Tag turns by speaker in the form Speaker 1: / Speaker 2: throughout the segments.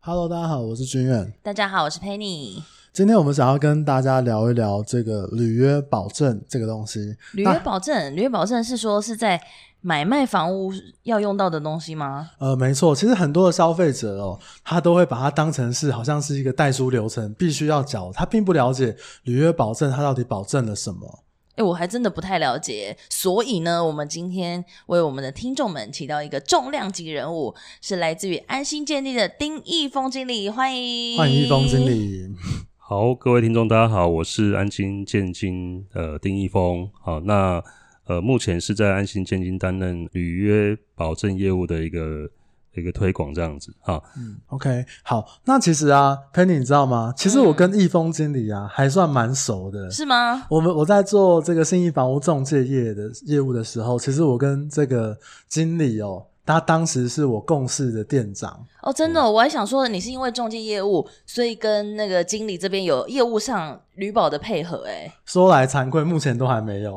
Speaker 1: Hello，大家好，我是君远。
Speaker 2: 大家好，我是 Penny。
Speaker 1: 今天我们想要跟大家聊一聊这个履约保证这个东西。
Speaker 2: 履约保证，履约保证是说是在买卖房屋要用到的东西吗？
Speaker 1: 呃，没错，其实很多的消费者哦，他都会把它当成是好像是一个代书流程，必须要缴，他并不了解履约保证它到底保证了什么。
Speaker 2: 哎，我还真的不太了解，所以呢，我们今天为我们的听众们请到一个重量级人物，是来自于安心建立的丁义峰经理，欢迎，
Speaker 1: 欢迎一峰经。理，
Speaker 3: 好，各位听众，大家好，我是安心建金呃丁义峰。好，那呃目前是在安心建金担任履约保证业务的一个一个推广这样子啊。
Speaker 1: OK，好，那其实啊，Penny，你知道吗？其实我跟易峰经理啊、还算蛮熟的。
Speaker 2: 是吗？
Speaker 1: 我们我在做这个信义房屋中介业的业务的时候，其实我跟这个经理哦，他当时是我共事的店长。
Speaker 2: 哦，真的哦、我还想说，你是因为中介业务，所以跟那个经理这边有业务上旅保的配合、 哎，
Speaker 1: 说来惭愧，目前都还没有，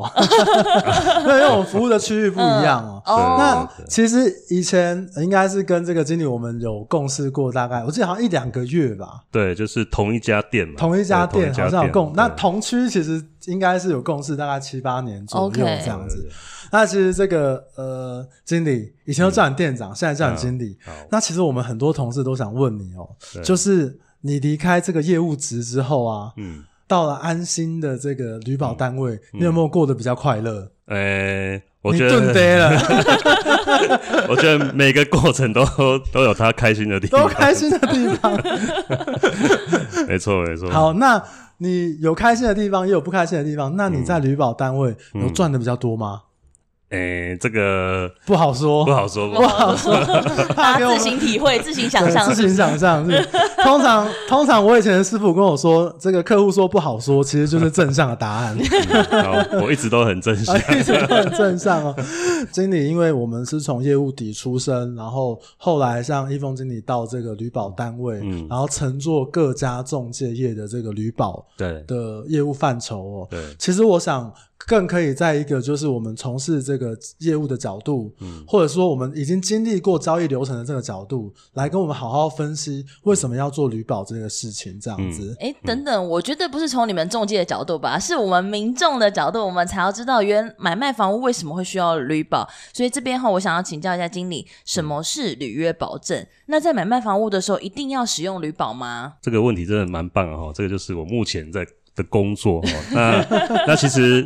Speaker 1: 没有，因为我们服务的区域不一样哦。
Speaker 3: 嗯
Speaker 2: 哦
Speaker 1: 那
Speaker 3: 对对
Speaker 1: 其实以前应该是跟这个经理我们有共事过，大概我记得好像一两个月吧，
Speaker 3: 对，就是同一家店嘛，
Speaker 1: 同一家
Speaker 3: 对
Speaker 1: 店好像有共，
Speaker 3: 对
Speaker 1: 那同区其实应该是有共事大概七八年左右
Speaker 2: OK
Speaker 1: 这样子。那其实这个呃，经理以前都叫你店长，现在叫你经理。
Speaker 3: 好
Speaker 1: 那其实我们很多同事都想问你哦，
Speaker 3: 对
Speaker 1: 就是你离开这个业务职之后啊，
Speaker 3: 嗯，
Speaker 1: 到了安心的这个旅保单位，你有没有过得比较快乐？
Speaker 3: 呃、我
Speaker 1: 你
Speaker 3: 觉
Speaker 1: 顿
Speaker 3: 得，
Speaker 1: 呆了，
Speaker 3: 我觉得每个过程都 都有他开心的地
Speaker 1: 都
Speaker 3: 方，
Speaker 1: 开心的地
Speaker 3: 嗯
Speaker 1: 方。
Speaker 3: 没错没错。
Speaker 1: 好，那你有开心的地方，也有不开心的地方。那你在
Speaker 3: 嗯
Speaker 1: 旅保单位有赚的比较多吗？
Speaker 3: 诶、这个
Speaker 1: 不好说，
Speaker 3: 不好说，不
Speaker 2: 不
Speaker 3: 好
Speaker 2: 好说，大
Speaker 1: 给
Speaker 2: 家
Speaker 1: 我们
Speaker 2: 自行体会、自行想象
Speaker 1: 对，自行想象是。通常，通常我以前的师傅跟我说，这个客户说不好说，其实就是正向的答 案，
Speaker 3: 说。嗯好，我一直都很正向
Speaker 1: 啊。一直都很正向哦。经理，因为我们是从业务底出身，然后后来像一峰经理到这个旅保单位，
Speaker 3: 嗯
Speaker 1: 然后乘坐各家中介业的这个旅保
Speaker 3: 对
Speaker 1: 的业务范畴哦。
Speaker 3: 对
Speaker 1: 其实我想更可以在一个就是我们从事这个业务的角度，
Speaker 3: 嗯
Speaker 1: 或者说我们已经经历过交易流程的这个角度，来跟我们好好分析为什么要做旅保这个事情，这样子。
Speaker 3: 嗯
Speaker 2: 哎，等等，我觉得不是从你们中介的角度吧，是我们民众的角度，我们才要知道原买卖房屋为什么会需要履保。所以这边哈，我想要请教一下经理，什么是履约保证？那在买卖房屋的时候，一定要使用履保吗？
Speaker 3: 这个问题真的蛮棒的哈、这个就是我目前在的工作哈、那那其实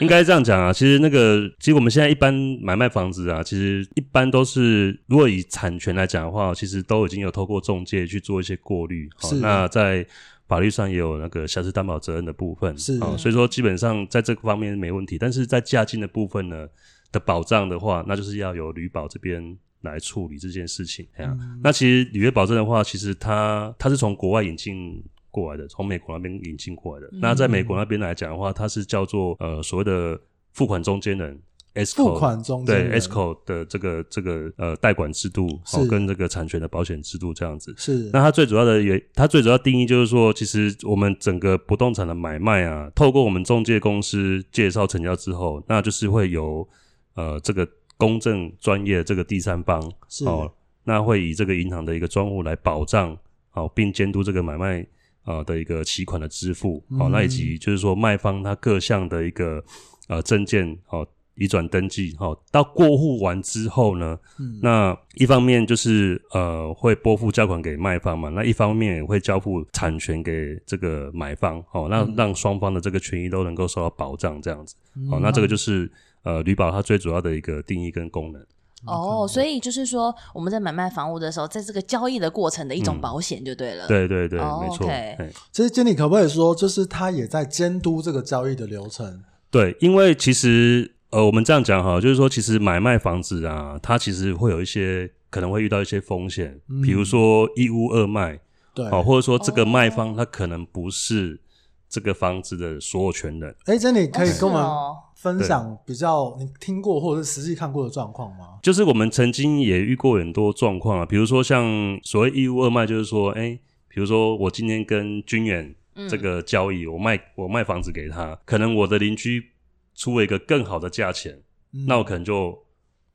Speaker 3: 应该这样讲啊，其实那个其实我们现在一般买卖房子啊，其实一般都是如果以产权来讲的话，其实都已经有透过中介去做一些过滤。哦
Speaker 1: 是
Speaker 3: 那在法律上也有那个瑕疵担保责任的部分，
Speaker 1: 是
Speaker 3: 哦所以说基本上在这个方面没问题，但是在价金的部分呢的保障的话，那就是要由旅保这边来处理这件事情。这样，
Speaker 1: 嗯
Speaker 3: 那其实履约保证的话，其实它它是从国外引进。过来的，从美国那边引进过来的。
Speaker 1: 嗯
Speaker 3: 那在美国那边来讲的话，它是叫做呃所谓的付款中间人 （escrow），
Speaker 1: 付款中间人
Speaker 3: 对 escrow 的这个这个呃代管制度，
Speaker 1: 是
Speaker 3: 哦、跟这个产权的保险制度这样子。
Speaker 1: 是
Speaker 3: 那它最主要的原，它最主要定义就是说，其实我们整个不动产的买卖啊，透过我们中介公司介绍成交之后，那就是会由呃这个公证专业的这个第三方
Speaker 1: 是
Speaker 3: 哦，那会以这个银行的一个专户来保障哦，并监督这个买卖呃的一个期款的支付哦，那以
Speaker 2: 嗯
Speaker 3: 及就是说卖方他各项的一个呃证件哦。移转登记哦，到过户完之后呢，
Speaker 2: 嗯
Speaker 3: 那一方面就是呃会拨付价款给卖方嘛，那一方面也会交付产权给这个买方哦，那
Speaker 2: 嗯
Speaker 3: 让双方的这个权益都能够受到保障，这样子哦，那
Speaker 1: 嗯
Speaker 3: 这个就是呃旅保它最主要的一个定义跟功能，
Speaker 2: 哦，所以就是说我们在买卖房屋的时候，在这个交易的过程的一种保险就对了。。
Speaker 3: 对对对，
Speaker 2: 哦
Speaker 3: 没错，
Speaker 2: OK
Speaker 3: 嘿
Speaker 1: 其实经理可不可以说，就是他也在监督这个交易的流程？
Speaker 3: 对，因为其实呃我们这样讲哈，就是说其实买卖房子啊，它其实会有一些可能会遇到一些风险，比如说一屋二卖，
Speaker 1: 对，
Speaker 3: 哦，或者说这个卖方他可能不是这个房子的所有权人。
Speaker 1: 哎、经理可以
Speaker 2: 哦
Speaker 1: 跟我
Speaker 2: 是
Speaker 1: 们
Speaker 2: 哦
Speaker 1: 分享比较你听过或者是实际看过的状况吗？
Speaker 3: 就是我们曾经也遇过很多状况啊，比如说像所谓一屋二卖，就是说，哎、比如说我今天跟君远这个交易，我卖我卖房子给他，可能我的邻居出了一个更好的价钱，
Speaker 1: 嗯
Speaker 3: 那我可能就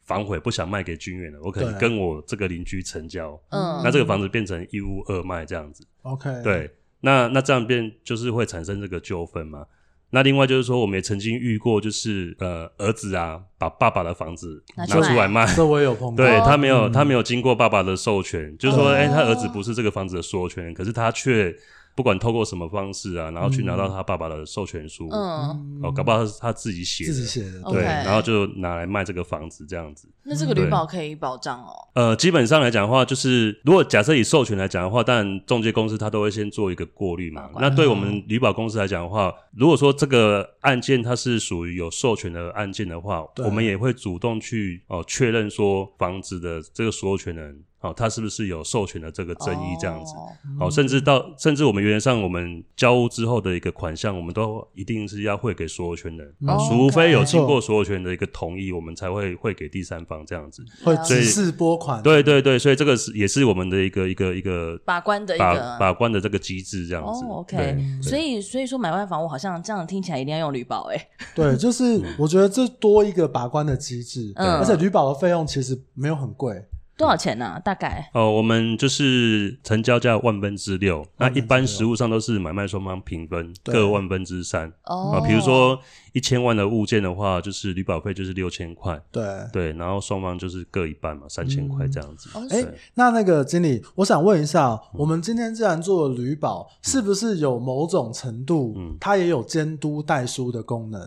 Speaker 3: 反悔不想卖给君远了，我可能
Speaker 1: 对啊
Speaker 3: 跟我这个邻居成交，
Speaker 2: 嗯
Speaker 3: 那这个房子变成一屋二卖这样子。
Speaker 1: OK，，
Speaker 3: 对， 那那这样变就是会产生这个纠纷嘛。那另外就是说，我们也曾经遇过，就是呃，儿子啊，把爸爸的房子
Speaker 2: 拿
Speaker 3: 拿
Speaker 2: 出来
Speaker 3: 出 来卖，
Speaker 1: 这我也有碰到。
Speaker 3: 对
Speaker 2: 哦
Speaker 3: 他没有
Speaker 1: 嗯
Speaker 3: 他没有经过爸爸的授权，就是说，
Speaker 2: 哦
Speaker 3: 哎，他儿子不是这个房子的所有权人，可是他却不管透过什么方式啊，然后去拿
Speaker 1: 嗯
Speaker 3: 到他爸爸的授权书，
Speaker 2: 嗯，
Speaker 3: 哦，搞不好是他自己写
Speaker 1: 自己
Speaker 3: 的，
Speaker 1: 写的，
Speaker 2: OK
Speaker 3: 对，然后就拿来卖这个房子这样子。
Speaker 2: 那这个旅保可以保障哦。
Speaker 3: 呃，基本上来讲的话，就是如果假设以授权来讲的话，当然中介公司它都会先做一个过滤嘛
Speaker 2: 把。关
Speaker 3: 那对我们旅保公司来讲的话，如果说这个案件它是属于有授权的案件的话，
Speaker 1: 对
Speaker 3: 我们也会主动去哦确认说房子的这个所有权人哦，他是不是有授权的这个争议这样子。
Speaker 2: 哦
Speaker 3: 好，甚至到甚至我们原则上，我们交屋之后的一个款项，我们都一定是要汇给所有权人，
Speaker 1: 嗯
Speaker 3: 啊
Speaker 2: 哦
Speaker 3: 除非有
Speaker 1: OK
Speaker 3: 经过所有权的一个同意，我们才会汇给第三方这样子。
Speaker 1: 会
Speaker 2: 了
Speaker 1: 指
Speaker 3: 解
Speaker 1: 示拨款，
Speaker 3: 对对对，所以这个是也是我们的一个一个一个
Speaker 2: 把关的一
Speaker 3: 把
Speaker 2: 个
Speaker 3: 把关的这个机制这样子。
Speaker 2: 哦，OK
Speaker 3: 对
Speaker 1: 嗯
Speaker 2: 所以所以说买卖房屋好像这样听起来一定要用旅保哎，
Speaker 1: 对，就是我觉得这多一个把关的机制，
Speaker 2: 嗯
Speaker 1: 而且旅保的费用其实没有很贵，
Speaker 2: 多少钱呢？大概
Speaker 3: 哦，我们就是成交价万分之六，那
Speaker 1: 万分之
Speaker 3: 一
Speaker 1: 六
Speaker 3: 般实物上都是买卖双方平分，
Speaker 1: 对
Speaker 3: 各万分之三啊
Speaker 2: 哦。，
Speaker 3: 比如说一千万的物件的话，就是旅保费就是六千块，
Speaker 1: 对。
Speaker 3: 对，然后双方就是各一半嘛，三千块这样子。
Speaker 2: 哦
Speaker 1: 哎、
Speaker 3: 对
Speaker 1: 那那个经理，我想问一下哦，我们今天既然做了旅保，是不是有某种程度，
Speaker 3: 嗯
Speaker 1: 它也有监督代书的功能？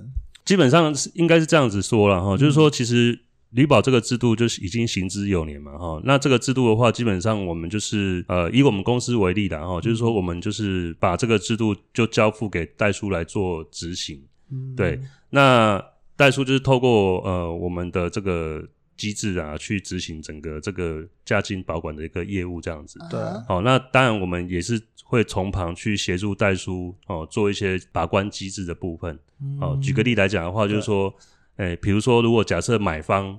Speaker 3: 基本上是应该是这样子说了哈，就是说其实旅保这个制度就是已经行之有年嘛哈。那这个制度的话，基本上我们就是呃以我们公司为例的哈，就是说我们就是把这个制度就交付给代书来做执行。
Speaker 1: 嗯，
Speaker 3: 对，那代书就是透过呃我们的这个机制啊，去执行整个这个价金保管的一个业务这样子。
Speaker 1: 对
Speaker 2: 嗯
Speaker 3: 好、哦那当然我们也是会从旁去协助代书哦，做一些把关机制的部分。哦，
Speaker 1: 嗯
Speaker 3: 举个例来讲的话，就是说，诶，比如说，如果假设买方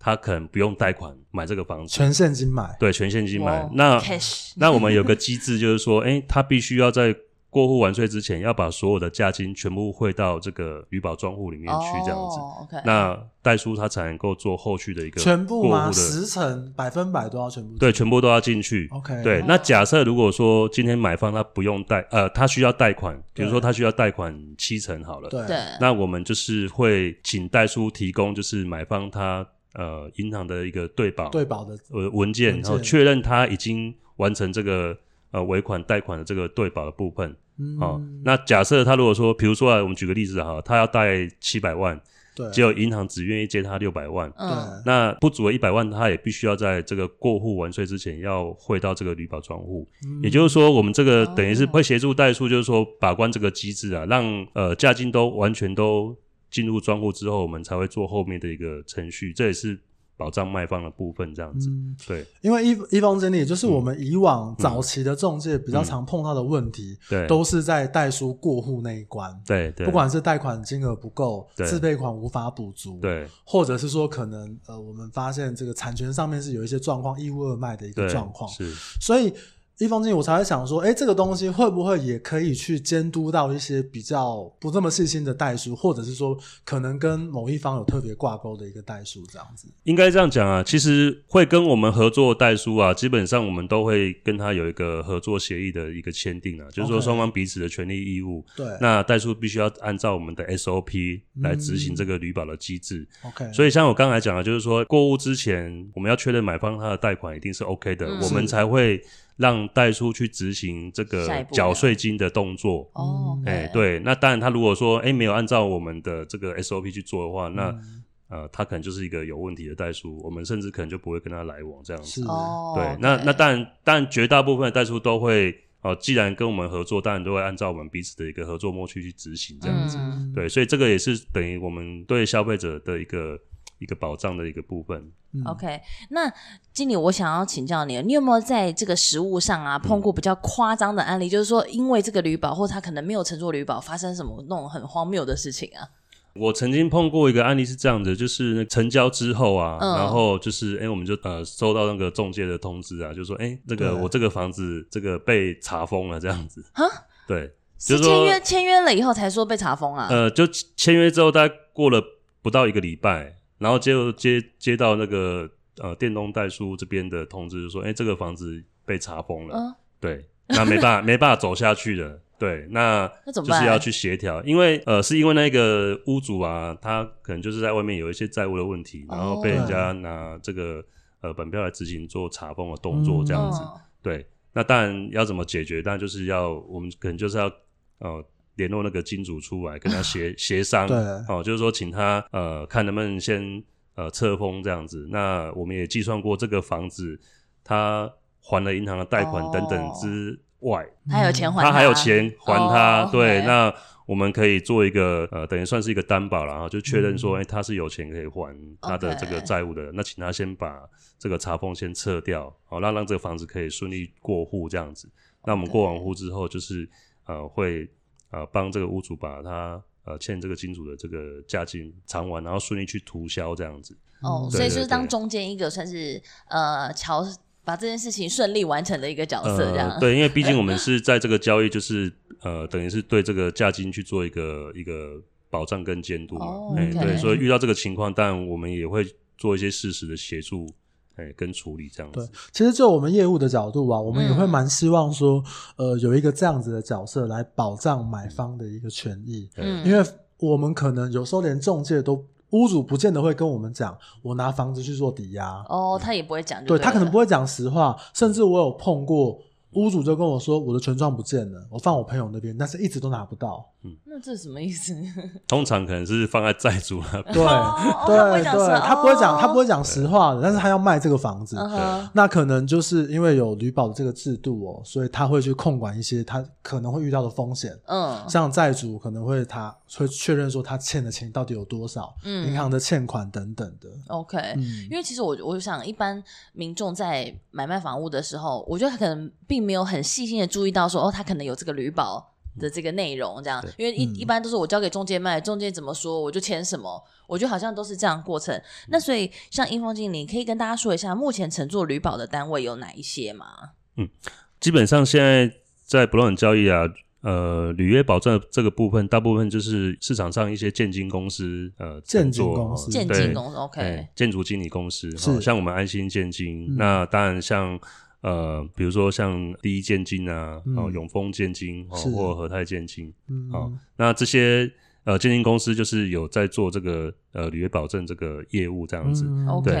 Speaker 3: 他可能不用贷款买这个房子，
Speaker 1: 全现金买，
Speaker 3: 对，全现金买
Speaker 2: 哇，
Speaker 3: 那
Speaker 2: cash
Speaker 3: 那我们有个机制就是说，诶，他必须要在过户完税之前，要把所有的价金全部汇到这个余保专户里面去，这样子，
Speaker 2: 哦，OK，
Speaker 3: 那代书他才能够做后续的一个
Speaker 1: 全部
Speaker 3: 过户
Speaker 1: 吗？
Speaker 3: 的，
Speaker 1: 十哦成百分百都要全部。
Speaker 3: 对，全部都要进去。
Speaker 1: ，OK，
Speaker 3: 对，那假设如果说今天买方他不用贷，呃，他需要贷款，比如说
Speaker 1: 对
Speaker 3: 他需要贷款七成好了，
Speaker 1: 对
Speaker 2: 对，
Speaker 3: 那我们就是会请代书提供，就是买方他呃银行的一个对保
Speaker 1: 对保的
Speaker 3: 呃文件，
Speaker 1: 文件
Speaker 3: 然后确认他已经完成这个呃尾款贷款的这个对保的部分。
Speaker 1: 嗯
Speaker 3: 哦，那假设他如果说，比如说啊，我们举个例子哈，他要贷七百万，
Speaker 1: 对
Speaker 3: 结果银行只愿意借他六百万。
Speaker 2: 嗯，
Speaker 3: 那不足的一百万，他也必须要在这个过户完税之前要汇到这个旅保专户。也就是说，我们这个
Speaker 1: 哦
Speaker 3: 等于是会协助代数，就是说把关这个机制啊，让呃价金都完全都进入专户之后，我们才会做后面的一个程序，这也是保障卖方的部分，这样子。
Speaker 1: 嗯
Speaker 3: 对
Speaker 1: 因为一一方经理就是
Speaker 3: 嗯
Speaker 1: 我们以往早期的中介比较常碰到的问题，
Speaker 3: 嗯对
Speaker 1: 都是在代书过户那一关，
Speaker 3: 对对，
Speaker 1: 不管是贷款金额不够，
Speaker 3: 对
Speaker 1: 自备款无法补足，，
Speaker 3: 对
Speaker 1: 或者是说可能呃，我们发现这个产权上面是有一些状况，一无二卖的一个
Speaker 3: 对
Speaker 1: 状况，
Speaker 3: 是
Speaker 1: 所以一方面我才会想说，哎、这个东西会不会也可以去监督到一些比较不这么细心的代书，或者是说可能跟某一方有特别挂钩的一个代书这样子？
Speaker 3: 应该这样讲啊。其实会跟我们合作代书啊，基本上我们都会跟他有一个合作协议的一个签订啊，就是说
Speaker 1: OK
Speaker 3: 双方彼此的权利义务。
Speaker 1: 对，
Speaker 3: 那代数必须要按照我们的 SOP 来执
Speaker 1: 嗯
Speaker 3: 行这个旅保的机制，
Speaker 1: OK，
Speaker 3: 所以像我刚才讲的，就是说过户之前，我们要确认买方他的贷款一定是 OK 的，
Speaker 2: 嗯
Speaker 3: 我们
Speaker 1: 是
Speaker 3: 才会让代书去执行这
Speaker 2: 下一
Speaker 3: 个
Speaker 2: 步
Speaker 3: 缴税金的动作。
Speaker 2: 哦，
Speaker 3: 哎、，对，那当然，他如果说哎、没有按照我们的这个 SOP 去做的话，那、
Speaker 2: 嗯
Speaker 1: 嗯
Speaker 3: 呃他可能就是一个有问题的代书，我们甚至可能就不会跟他来往这样子
Speaker 1: 是。
Speaker 2: 哦，
Speaker 3: 对，那那当然，当然绝大部分的代书都会呃，既然跟我们合作，当然都会按照我们彼此的一个合作默契去执行这样子。
Speaker 2: 嗯
Speaker 3: 对，所以这个也是等于我们对消费者的一个一个保障的一个部分。
Speaker 1: 嗯
Speaker 2: OK，那经理，我想要请教你，你有没有在这个实物上啊
Speaker 3: 嗯
Speaker 2: 碰过比较夸张的案例？就是说，因为这个旅保或他可能没有乘坐旅保，发生什么那种很荒谬的事情啊？
Speaker 3: 我曾经碰过一个案例是这样子，就是那成交之后啊，
Speaker 2: 嗯
Speaker 3: 然后就是哎、诶我们就呃收到那个中介的通知啊，就说哎、诶这个
Speaker 1: 对
Speaker 3: 我这个房子这个被查封了这样子
Speaker 2: 哈，
Speaker 3: 对，呃就是是
Speaker 2: 签
Speaker 3: 说
Speaker 2: 约签约了以后才说被查封啊？
Speaker 3: 呃就签约之后大概过了不到一个礼拜，然后接接接到那个呃电动代书这边的通知，就说，哎、这个房子被查封了，
Speaker 2: 嗯，
Speaker 3: 对，那没办法没办法走下去了，对，那
Speaker 2: 那怎么
Speaker 3: 就
Speaker 2: 办
Speaker 3: 是要去协调，因为呃，是因为那个屋主啊，他可能就是在外面有一些债务的问
Speaker 2: 哦
Speaker 3: 题，然后被人家拿这个呃本票来执行做查封的动作，这样子。
Speaker 2: 嗯
Speaker 3: 对，那当然要怎么解决？当然就是要我们可能就是要呃联络那个金主出来跟 他协协商，
Speaker 1: 对
Speaker 3: 哦、就是说请他呃看能不能先呃册封这样子。那我们也计算过这个房子他还了银行的贷款等等
Speaker 2: 哦
Speaker 3: 之外，
Speaker 2: 他还有
Speaker 1: 嗯
Speaker 2: 钱还
Speaker 3: 嗯他还有钱还他，
Speaker 2: 哦
Speaker 3: 对，
Speaker 2: OK
Speaker 3: 那。我们可以做一个呃，等于算是一个担保
Speaker 2: 嗯
Speaker 3: 了哈，就确认说，哎、他是有钱可以还他的这个
Speaker 2: OK
Speaker 3: 债务的那请他先把这个查封先撤掉，好、那让这个房子可以顺利过户这样子。那我们
Speaker 2: OK
Speaker 3: 过完户之后，就是呃会呃帮这个屋主把他呃欠这个金主的这个价金偿还，然后顺利去涂销这样子。
Speaker 2: 哦，
Speaker 1: 嗯
Speaker 2: 所以
Speaker 3: 对
Speaker 2: 就
Speaker 3: 对
Speaker 2: 是当
Speaker 3: 对
Speaker 2: 中间一个算是呃乔把这件事情顺利完成的一个角哦色，这样、
Speaker 3: 呃，对，因为毕竟我们 是在这个交易，就是呃，等于是对这个价金去做一个一个保障跟监督嘛。
Speaker 2: 哦
Speaker 3: 哎
Speaker 2: OK
Speaker 3: 对，所以遇到这个情况，但我们也会做一些适时的协助，哎、跟处理这样
Speaker 1: 对
Speaker 3: 子。，
Speaker 1: 其实就我们业务的角度啊，我们也会
Speaker 2: 嗯
Speaker 1: 蛮希望说，呃，有一个这样子的角色来保障买方的一个权益，
Speaker 2: 嗯，
Speaker 1: 因为我们可能有时候连中介都屋主不见得会跟我们讲，我拿房子去做抵押，
Speaker 2: 哦他也不会讲就
Speaker 1: 对
Speaker 2: 对
Speaker 1: 他可能不
Speaker 2: 会
Speaker 1: 会讲实话，甚至我有碰过屋主就跟我说，我的权状不见了，我放我朋友那边，但是一直都拿不到，
Speaker 2: 那这是什么意思？
Speaker 3: 通常可能是放在债主那边。
Speaker 1: 对。
Speaker 2: 哦
Speaker 1: 对
Speaker 2: 哦
Speaker 1: 对，他不会讲，他不会
Speaker 2: 讲
Speaker 1: 讲实话的，但是他要卖这个房子
Speaker 2: 实，话，嗯哼
Speaker 1: 那可能就是因为有旅保的这个制度哦，所以他会去控管一些他可能会遇到的风险，
Speaker 2: 嗯
Speaker 1: 像债主可能会他会确认说他欠的钱到底有多少，
Speaker 2: 嗯
Speaker 1: 银行的欠款等等的。
Speaker 2: ，OK，
Speaker 1: 嗯
Speaker 2: 因为其实我我想，一般民众在买卖房屋的时候，我觉得他可能并没有很细心的注意到说，哦，他可能有这个旅保的这个内容这样。因为一、
Speaker 1: 嗯
Speaker 2: 一般都是我交给中介卖，中介怎么说我就签什么，我觉得好像都是这样过程。
Speaker 3: 嗯
Speaker 2: 那所以像英风经理，可以跟大家说一下，目前乘坐旅保的单位有哪一些吗？
Speaker 3: 基本上现在在不动产交易啊，呃，履约保证这个部分，大部分就是市场上一些建金公司，呃，
Speaker 1: 建金
Speaker 3: 承做
Speaker 1: 公司
Speaker 3: 哦
Speaker 2: 建
Speaker 3: 对
Speaker 2: 金公司
Speaker 3: 哎
Speaker 2: ，OK，
Speaker 3: 建筑经理公司，
Speaker 1: 是
Speaker 3: 哦、像我们安心建金，
Speaker 1: 嗯
Speaker 3: 那当然像呃，比如说像第一建金啊，
Speaker 1: 嗯
Speaker 3: 哦，永丰建金哦，
Speaker 1: 是
Speaker 3: 或和泰建金，
Speaker 1: 嗯，
Speaker 3: 哦，那这些呃建金公司就是有在做这个呃履约保证这个业务这样子，
Speaker 1: 嗯
Speaker 2: OK，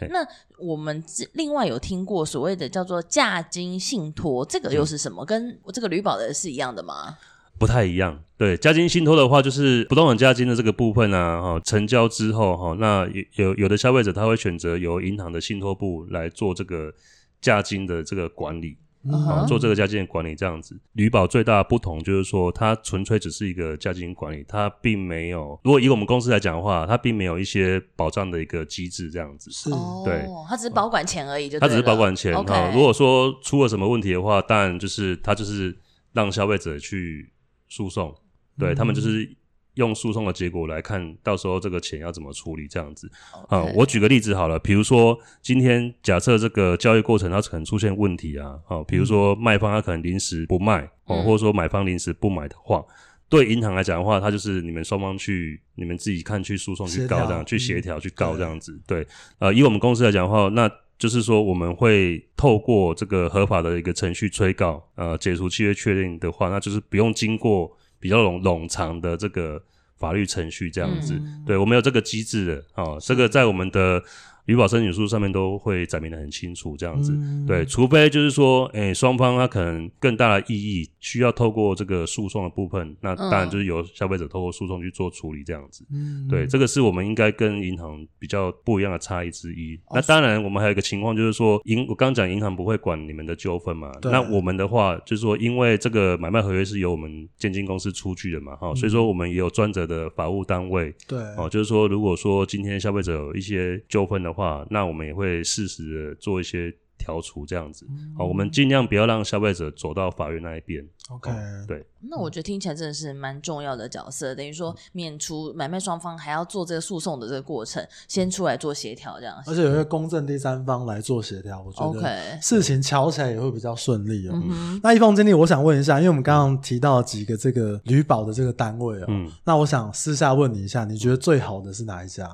Speaker 3: 对
Speaker 2: 那我们之另外有听过所谓的叫做价金信托，这个
Speaker 3: 嗯
Speaker 2: 又是什么？跟这个旅保的是一样的吗？
Speaker 3: 不太一样。对，加金信托的话，就是不动产加金的这个部分啊，哈、成交之后哈、那有有有的消费者他会选择由银行的信托部来做这个价金的这个管理。
Speaker 2: 嗯
Speaker 3: 啊，
Speaker 2: 哼
Speaker 3: 做这个加金的管理这样子。旅保最大的不同就是说，它纯粹只是一个加金管理，它并没有。如果以我们公司来讲的话，它并没有一些保障的一个机制这样子。
Speaker 1: 是
Speaker 2: 哦，
Speaker 3: 嗯对，
Speaker 2: 他只是保管钱而已就对
Speaker 3: 它
Speaker 2: 了，
Speaker 3: 只是保管钱
Speaker 2: OK，
Speaker 3: 哈。如果说出了什么问题的话，当然就是它就是让消费者去诉讼，对、
Speaker 2: 嗯
Speaker 3: 他们就是用诉讼的结果来看到时候这个钱要怎么处理这样子。啊、
Speaker 2: OK
Speaker 3: 我举个例子好了，比如说今天假设这个交易过程它可能出现问题啊，哦，比如说卖方他可能临时不卖哦，
Speaker 2: 嗯
Speaker 3: 或者说买方临时不买的话，对银行来讲的话，它就是你们双方去你们自己看去诉讼去
Speaker 1: 协
Speaker 3: 告
Speaker 1: 调
Speaker 3: 这样，去协
Speaker 1: 嗯
Speaker 3: 调去告
Speaker 1: 对
Speaker 3: 这样子，对，呃，以我们公司来讲的话，那就是说我们会透过这个合法的一个程序催告，呃，解除契约确定的话，那就是不用经过比较冗冗长的这个法律程序这样子。对我们有这个机制的哦，这个在我们的旅保申请书上面都会载明的很清楚这样子。
Speaker 1: 嗯
Speaker 3: 对，除非就是说，诶、双方他可能更大的异议需要透过这个诉讼的部分，那当然
Speaker 2: 嗯
Speaker 3: 就是由消费者透过诉讼去做处理这样子。
Speaker 1: 嗯
Speaker 3: 对，这个是我们应该跟银行比较不一样的差异之一。
Speaker 1: 哦
Speaker 3: 那当然，我们还有一个情况就是说，银我刚刚讲银行不会管你们的纠纷嘛。
Speaker 1: 对
Speaker 3: 那我们的话就是说，因为这个买卖合约是由我们建金公司出具的嘛，哈、所以说我们也有专责的法务单位。
Speaker 1: 嗯对
Speaker 3: 哦，就是说，如果说今天消费者有一些纠纷的话，那我们也会适时的做一些调除，这样子。哦，我们尽量不要让消费者走到法院那一边。
Speaker 1: ，OK，
Speaker 3: 哦对，
Speaker 2: 那我觉得听起来真的是蛮重要的角色，等于说免除买卖双方还要做这个诉讼的这个过程，先出来做协调这样。
Speaker 3: 呃
Speaker 1: 而且也会公正第三方来做协调，我觉得
Speaker 2: OK，
Speaker 1: 事情瞧起来也会比较顺利哦。
Speaker 2: 嗯哼，
Speaker 1: 那一峰经理，我想问一下，因为我们刚刚提到几个这个旅保的这个单位哦，
Speaker 3: 嗯，
Speaker 1: 那我想私下问你一下，你觉得最好的是哪一家？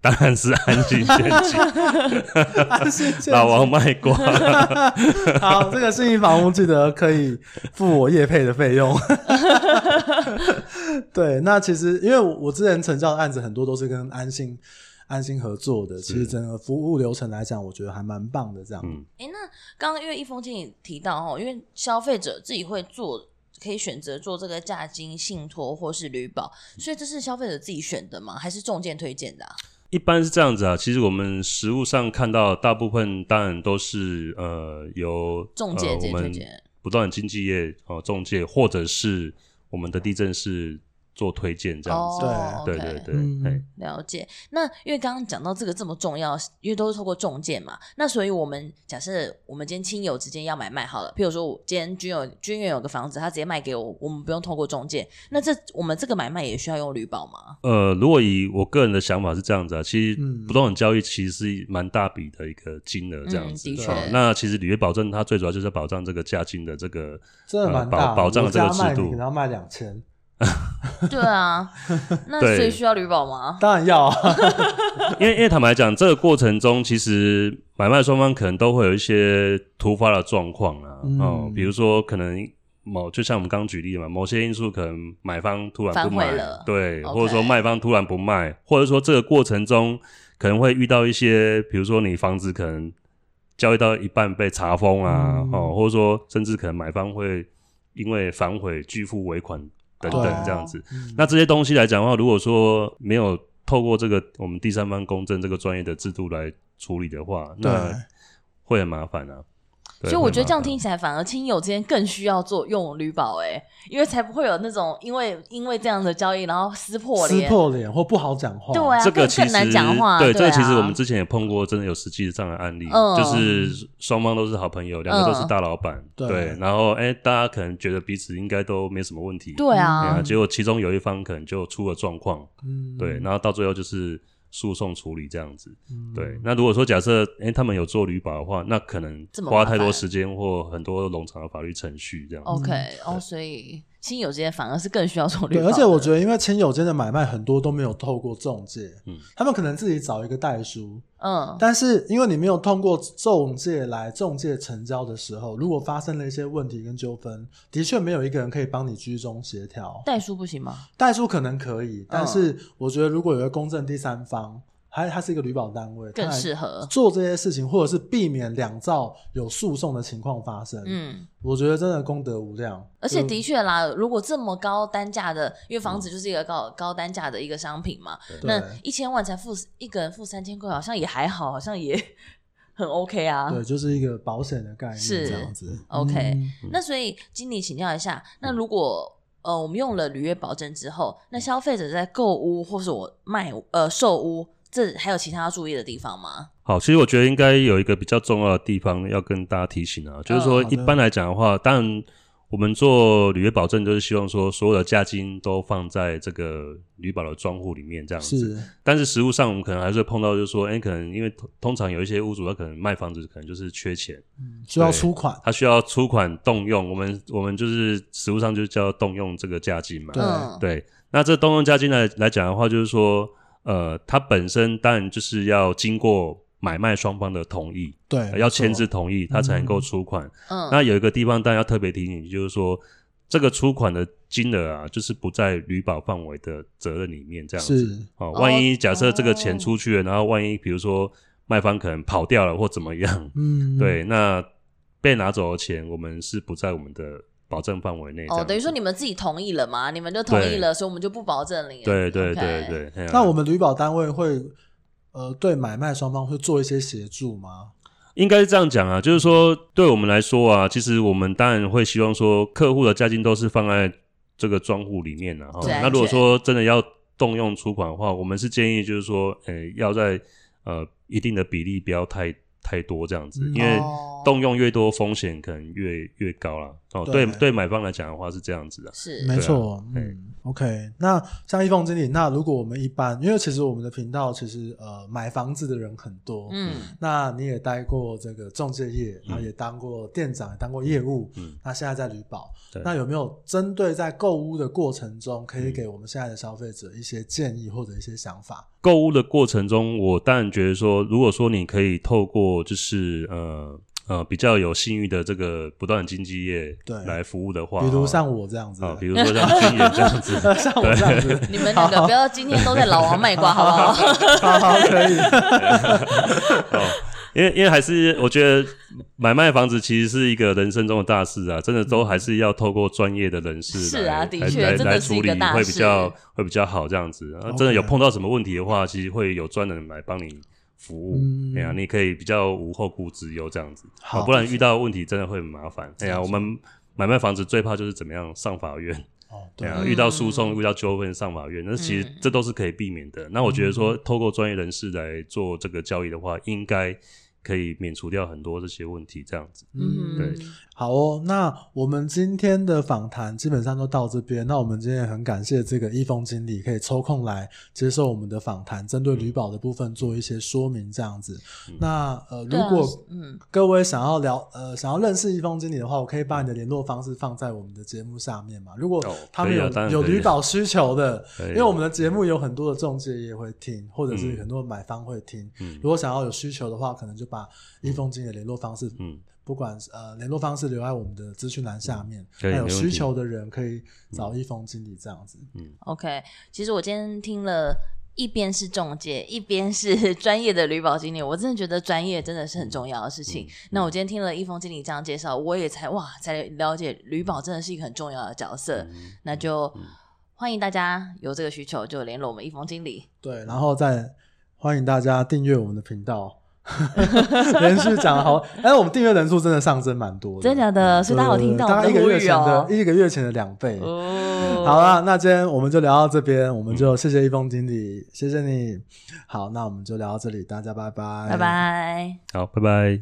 Speaker 3: 当然是安信现 金
Speaker 1: 安心建
Speaker 3: 老
Speaker 1: 设
Speaker 3: 王卖瓜。
Speaker 1: 好，这个信义房屋记得可以付我业配的费 用。对，那其实因为我之前成交的案子很多都是跟安心安心合作的，其实整个服务流程来讲，我觉得还蛮棒的。这样，
Speaker 3: 嗯
Speaker 2: 哎，那刚刚因为易峰经理提到哦，因为消费者自己会做，可以选择做这个价金、信托或是旅保，所以这是消费者自己选的吗？还是中介推荐的、啊？
Speaker 3: 一般是这样子啊，其实我们实物上看到大部分当然都是呃由
Speaker 2: 中介
Speaker 3: 呃
Speaker 2: 直接
Speaker 3: 我
Speaker 2: 推
Speaker 3: 们
Speaker 2: 荐
Speaker 3: 不断经纪业哦、呃中介或者是我们的地震是做推荐这样子。
Speaker 2: 哦，
Speaker 3: 对
Speaker 2: OK 哦
Speaker 3: 对对，
Speaker 1: 嗯
Speaker 3: 嘿
Speaker 2: 了解，那因为刚刚讲到这个这么重要，因为都是透过中介嘛，那所以我们假设我们今天亲友之间要买卖好了，譬如说我今天军友军远有个房子，他直接卖给我，我们不用透过中介，那这我们这个买卖也需要用旅保吗？
Speaker 3: 呃，如果以我个人的想法是这样子啊，其实
Speaker 1: 嗯
Speaker 3: 不动产交易其实是蛮大笔的一个金额这样
Speaker 2: 嗯
Speaker 3: 子。
Speaker 2: 的确
Speaker 3: 哦那其实履约保证它最主要就是保障这个价金的这个
Speaker 1: 真的蛮
Speaker 3: 呃、
Speaker 1: 大的。
Speaker 3: 保保障
Speaker 1: 我
Speaker 3: 的这个
Speaker 1: 家
Speaker 3: 制
Speaker 1: 卖你，
Speaker 3: 度
Speaker 1: 可能。要卖两千，
Speaker 2: 对 啊，那
Speaker 3: 对
Speaker 2: 所以需要旅保吗？
Speaker 1: 当然要啊。
Speaker 3: 因为因为坦白讲，这个过程中其实买卖双方可能都会有一些突发的状况啊，
Speaker 1: 嗯
Speaker 3: 哦，比如说可能。某就像我们刚刚举例的嘛，某些因素可能买方突然
Speaker 2: 反
Speaker 3: 不
Speaker 2: 悔
Speaker 3: 买，
Speaker 2: 了
Speaker 3: 对
Speaker 2: OK
Speaker 3: 或者说卖方突然不卖，或者说这个过程中可能会遇到一些，比如说你房子可能交易到一半被查封啊，
Speaker 1: 嗯
Speaker 3: 哦，或者说甚至可能买方会因为反悔拒付尾款等等
Speaker 1: 对
Speaker 3: 这样子，
Speaker 1: 嗯
Speaker 3: 那这些东西来讲的话，如果说没有透过这个我们第三方公证这个专业的制度来处理的话，那
Speaker 1: 对
Speaker 3: 会很麻烦啊。对
Speaker 2: 所以我觉得这样
Speaker 3: 会很麻烦
Speaker 2: 听起来，反而亲友之间更需要做用旅保、欸，因为才不会有那种因为因为这样的交易，然后撕破
Speaker 1: 撕
Speaker 2: 脸，
Speaker 1: 破脸或不好讲话，
Speaker 2: 对啊，
Speaker 3: 这个
Speaker 2: 更
Speaker 3: 其
Speaker 2: 更
Speaker 3: 实
Speaker 2: 难讲话，
Speaker 3: 对，
Speaker 2: 对
Speaker 3: 这个其实
Speaker 2: 啊
Speaker 3: 我们之前也碰过，真的有实际的这样的案例，
Speaker 2: 嗯
Speaker 3: 就是双方都是好朋友，两个都是大老板，
Speaker 1: 对
Speaker 3: 对，然后哎，大家可能觉得彼此应该都没什么问题，
Speaker 2: 对
Speaker 3: 哎呀
Speaker 2: 啊，
Speaker 3: 结果其中有一方可能就出了状况，
Speaker 1: 嗯，
Speaker 3: 对，然后到最后就是诉讼处理这样子。
Speaker 1: 嗯
Speaker 3: 对，那如果说假设诶、他们有做旅保的话，那可能
Speaker 2: 这么麻
Speaker 3: 花
Speaker 2: 烦
Speaker 3: 太多时间或很多冗长的法律程序
Speaker 1: 嗯
Speaker 3: 这样子。
Speaker 2: OK，哦，所以亲友之间反而是更需要这种旅
Speaker 1: 对，
Speaker 2: 保的。
Speaker 1: 而且我觉得，因为亲友间的买卖很多都没有透过中介，
Speaker 3: 嗯
Speaker 1: 他们可能自己找一个代书，
Speaker 2: 嗯，
Speaker 1: 但是因为你没有通过中介来中介成交的时候，如果发生了一些问题跟纠纷，的确没有一个人可以帮你居中协调。
Speaker 2: 代书不行吗？
Speaker 1: 代书可能可以，但是
Speaker 2: 嗯
Speaker 1: 我觉得如果有一个公证第三方，还它是一个旅保单位，它
Speaker 2: 更
Speaker 1: 来
Speaker 2: 适合。
Speaker 1: 做这些事情，或者是避免两造有诉讼的情况发生。，
Speaker 2: 嗯，
Speaker 1: 我觉得真的功德无量。
Speaker 2: 而且
Speaker 1: 就嗯
Speaker 2: 的确啦，如果这么高单价的，因为房子就是一个高、高单价的一个商品嘛，那
Speaker 1: 对
Speaker 2: 一千万才付一个人付三千块，好像也还好，好像也 很 OK 啊。
Speaker 1: 对，就是一个保险的概念
Speaker 2: 是
Speaker 1: 这样子。
Speaker 2: OK
Speaker 1: 嗯
Speaker 2: 那所以经理请教一下，那如果呃我们用了履约保证之后，
Speaker 1: 嗯
Speaker 2: 那消费者在购屋或是我卖呃售屋，这还有其他要注意的地方吗？
Speaker 3: 好，其实我觉得应该有一个比较重要的地方要跟大家提醒啊，就是说
Speaker 1: 嗯好的
Speaker 3: 一般来讲的话，当然我们做履约保证就是希望说所有的价金都放在这个旅保的专户里面这样子。
Speaker 1: 是，
Speaker 3: 但是实物上，我们可能还是会碰到，就是说，哎、可能因为通通常有一些屋主他可能卖房子，可能就是缺钱，
Speaker 1: 嗯需要
Speaker 3: 对
Speaker 1: 出款。
Speaker 3: 他需要出款动用，我们我们就是实物上就叫动用这个价金嘛。
Speaker 1: 对
Speaker 2: 嗯，
Speaker 3: 对，那这动用价金来来讲的话，就是说，呃，它本身当然就是要经过买卖双方的同意，
Speaker 1: 对，
Speaker 3: 要
Speaker 1: 没错
Speaker 3: 签字同意，它才能够出款。
Speaker 2: 嗯，
Speaker 3: 那有一个地方，当然要特别提醒，就是说。这个出款的金额啊，就是不在旅保范围的责任里面，这样子。
Speaker 1: 是
Speaker 3: 哦，
Speaker 2: 哦
Speaker 3: 万一假设这个钱
Speaker 2: 哦
Speaker 3: 出去了，然后万一比如说卖方可能跑掉了或怎么样，
Speaker 1: 嗯，
Speaker 3: 对，那被拿走的钱，我们是不在我们的保证范围内。这
Speaker 2: 哦，
Speaker 3: 样
Speaker 2: 等于
Speaker 3: 子
Speaker 2: 说你们自己同意了嘛？你们就同意了，所以我们就不保证了。
Speaker 3: 对对
Speaker 2: OK
Speaker 3: 对。对。嘿啊
Speaker 1: 那我们旅保单位会呃对买卖双方会做一些协助吗？
Speaker 3: 应该是这样讲啊，就是说，对我们来说啊，其实我们当然会希望说，客户的价金都是放在这个专户里面的、啊、哈
Speaker 2: 对。
Speaker 3: 那如果说真的要动用出款的话，我们是建议就是说，呃，要在呃一定的比例不要太太多这样子，
Speaker 1: 嗯
Speaker 3: 因为
Speaker 2: 哦
Speaker 3: 动用越多，风险可能越越高啦。哦，
Speaker 1: 对
Speaker 3: 对对，买方来讲的话是这样子的。啊
Speaker 2: 是
Speaker 1: 没错，
Speaker 3: 对
Speaker 1: 嗯，OK。那像一峰经理，那如果我们一般，因为其实我们的频道其实呃买房子的人很多，
Speaker 2: 嗯
Speaker 1: 那你也待过这个中介业，然后也当过店长，也当过业务，
Speaker 3: 嗯
Speaker 1: 那现在在旅保，
Speaker 3: 对嗯
Speaker 1: 那有没有针对在购物的过程中，可以给我们现在的消费者一些建议或者一些想法？
Speaker 3: 购物的过程中，我当然觉得说，如果说你可以透过就是呃呃比较有信誉的这个不断经纪业
Speaker 1: 对
Speaker 3: 来服务的话，
Speaker 1: 比如
Speaker 3: 哦
Speaker 1: 像我这样子
Speaker 3: 啊，
Speaker 1: 的，
Speaker 3: 比如说像军演这样子，
Speaker 1: 像我这样子，
Speaker 2: 你们两个不要今天都在老王卖瓜，好不
Speaker 1: 嗯
Speaker 2: 好？
Speaker 1: 好好可以，
Speaker 3: 因为因为还是我觉得买卖房子其实是一个人生中的大事啊，真的都还是要透过专业的人士
Speaker 2: 是啊
Speaker 3: 来
Speaker 2: 的
Speaker 3: 来
Speaker 2: 确
Speaker 3: 来
Speaker 2: 真的
Speaker 3: 来
Speaker 2: 是一
Speaker 3: 处
Speaker 2: 个
Speaker 3: 理
Speaker 2: 大
Speaker 3: 会比
Speaker 2: 事
Speaker 3: 较会比较好这样子。啊、真的有碰到什么问题的话，其实会有专人来帮你服务
Speaker 1: 嗯，
Speaker 3: 哎呀、你可以比较无后顾之忧这样子，
Speaker 1: 好
Speaker 3: 啊不然遇到问题真的会很麻烦。哎呀，我们买卖房子最怕就是怎么样上法院。
Speaker 1: 哦，对，
Speaker 3: 对啊，
Speaker 2: 嗯
Speaker 3: 遇到诉讼、遇到纠纷上法院，那其实
Speaker 2: 嗯
Speaker 3: 这都是可以避免的。那我觉得说，透过专业人士来做这个交易的话，应该可以免除掉很多这些问题。这样子，
Speaker 2: 嗯，
Speaker 1: 好哦，那我们今天的访谈基本上都到这边。那我们今天也很感谢这个一峰经理可以抽空来接受我们的访谈，针对旅保的部分做一些说明，这样子。
Speaker 3: 嗯
Speaker 1: 那呃，如
Speaker 2: 对啊
Speaker 1: 果
Speaker 2: 嗯，
Speaker 1: 各位想要聊呃想要认识一峰经理的话，我可以把你的联络方式放在我们的节目下面嘛。如果
Speaker 3: 哦
Speaker 1: 他们
Speaker 3: 可以
Speaker 1: 有、
Speaker 3: 啊当然
Speaker 1: 有
Speaker 3: 可以啊
Speaker 1: 旅保需求的，
Speaker 3: 可以啊
Speaker 1: 因为我们的节目有很多的中介也会听，或者是
Speaker 3: 嗯
Speaker 1: 很多买方会听。
Speaker 3: 嗯
Speaker 1: 如果想要有需求的话，可能就把一峰经理的联络方式
Speaker 3: 嗯，
Speaker 1: 不管是呃联络方式留在我们的资讯栏下面，
Speaker 3: 可以
Speaker 1: 那有
Speaker 3: 没问
Speaker 1: 需
Speaker 3: 题
Speaker 1: 求的人可以找一峰经理这样子。
Speaker 2: OK，其实我今天听了。一边是中介，一边是 专业的旅保经理，我真的觉得专业真的是很重要的事情。
Speaker 3: 嗯
Speaker 2: 那我今天听了易峰经理这样介绍，我也才哇才了解旅保真的是一个很重要的角色。
Speaker 3: 嗯
Speaker 2: 那就欢迎大家有这个需求就联络我们易峰经理。
Speaker 1: 对，然后再欢迎大家订阅我们的频道， 连续讲好， 哎，我们订阅人数真的上升蛮多的，嗯
Speaker 2: 真的假的？所以大家有
Speaker 1: 对
Speaker 2: 听到
Speaker 1: 大
Speaker 2: 我
Speaker 1: 概
Speaker 2: 的
Speaker 1: 一个
Speaker 2: 呼
Speaker 1: 月
Speaker 2: 吁
Speaker 1: 前的
Speaker 2: 哦。
Speaker 1: 一个月前的两倍。
Speaker 2: 哦
Speaker 1: 好，啦，那今天我们就聊到这边，我们就谢谢一峰经理，谢谢你。好，那我们就聊到这里，大家拜拜，
Speaker 2: 拜拜。
Speaker 3: 好，拜拜。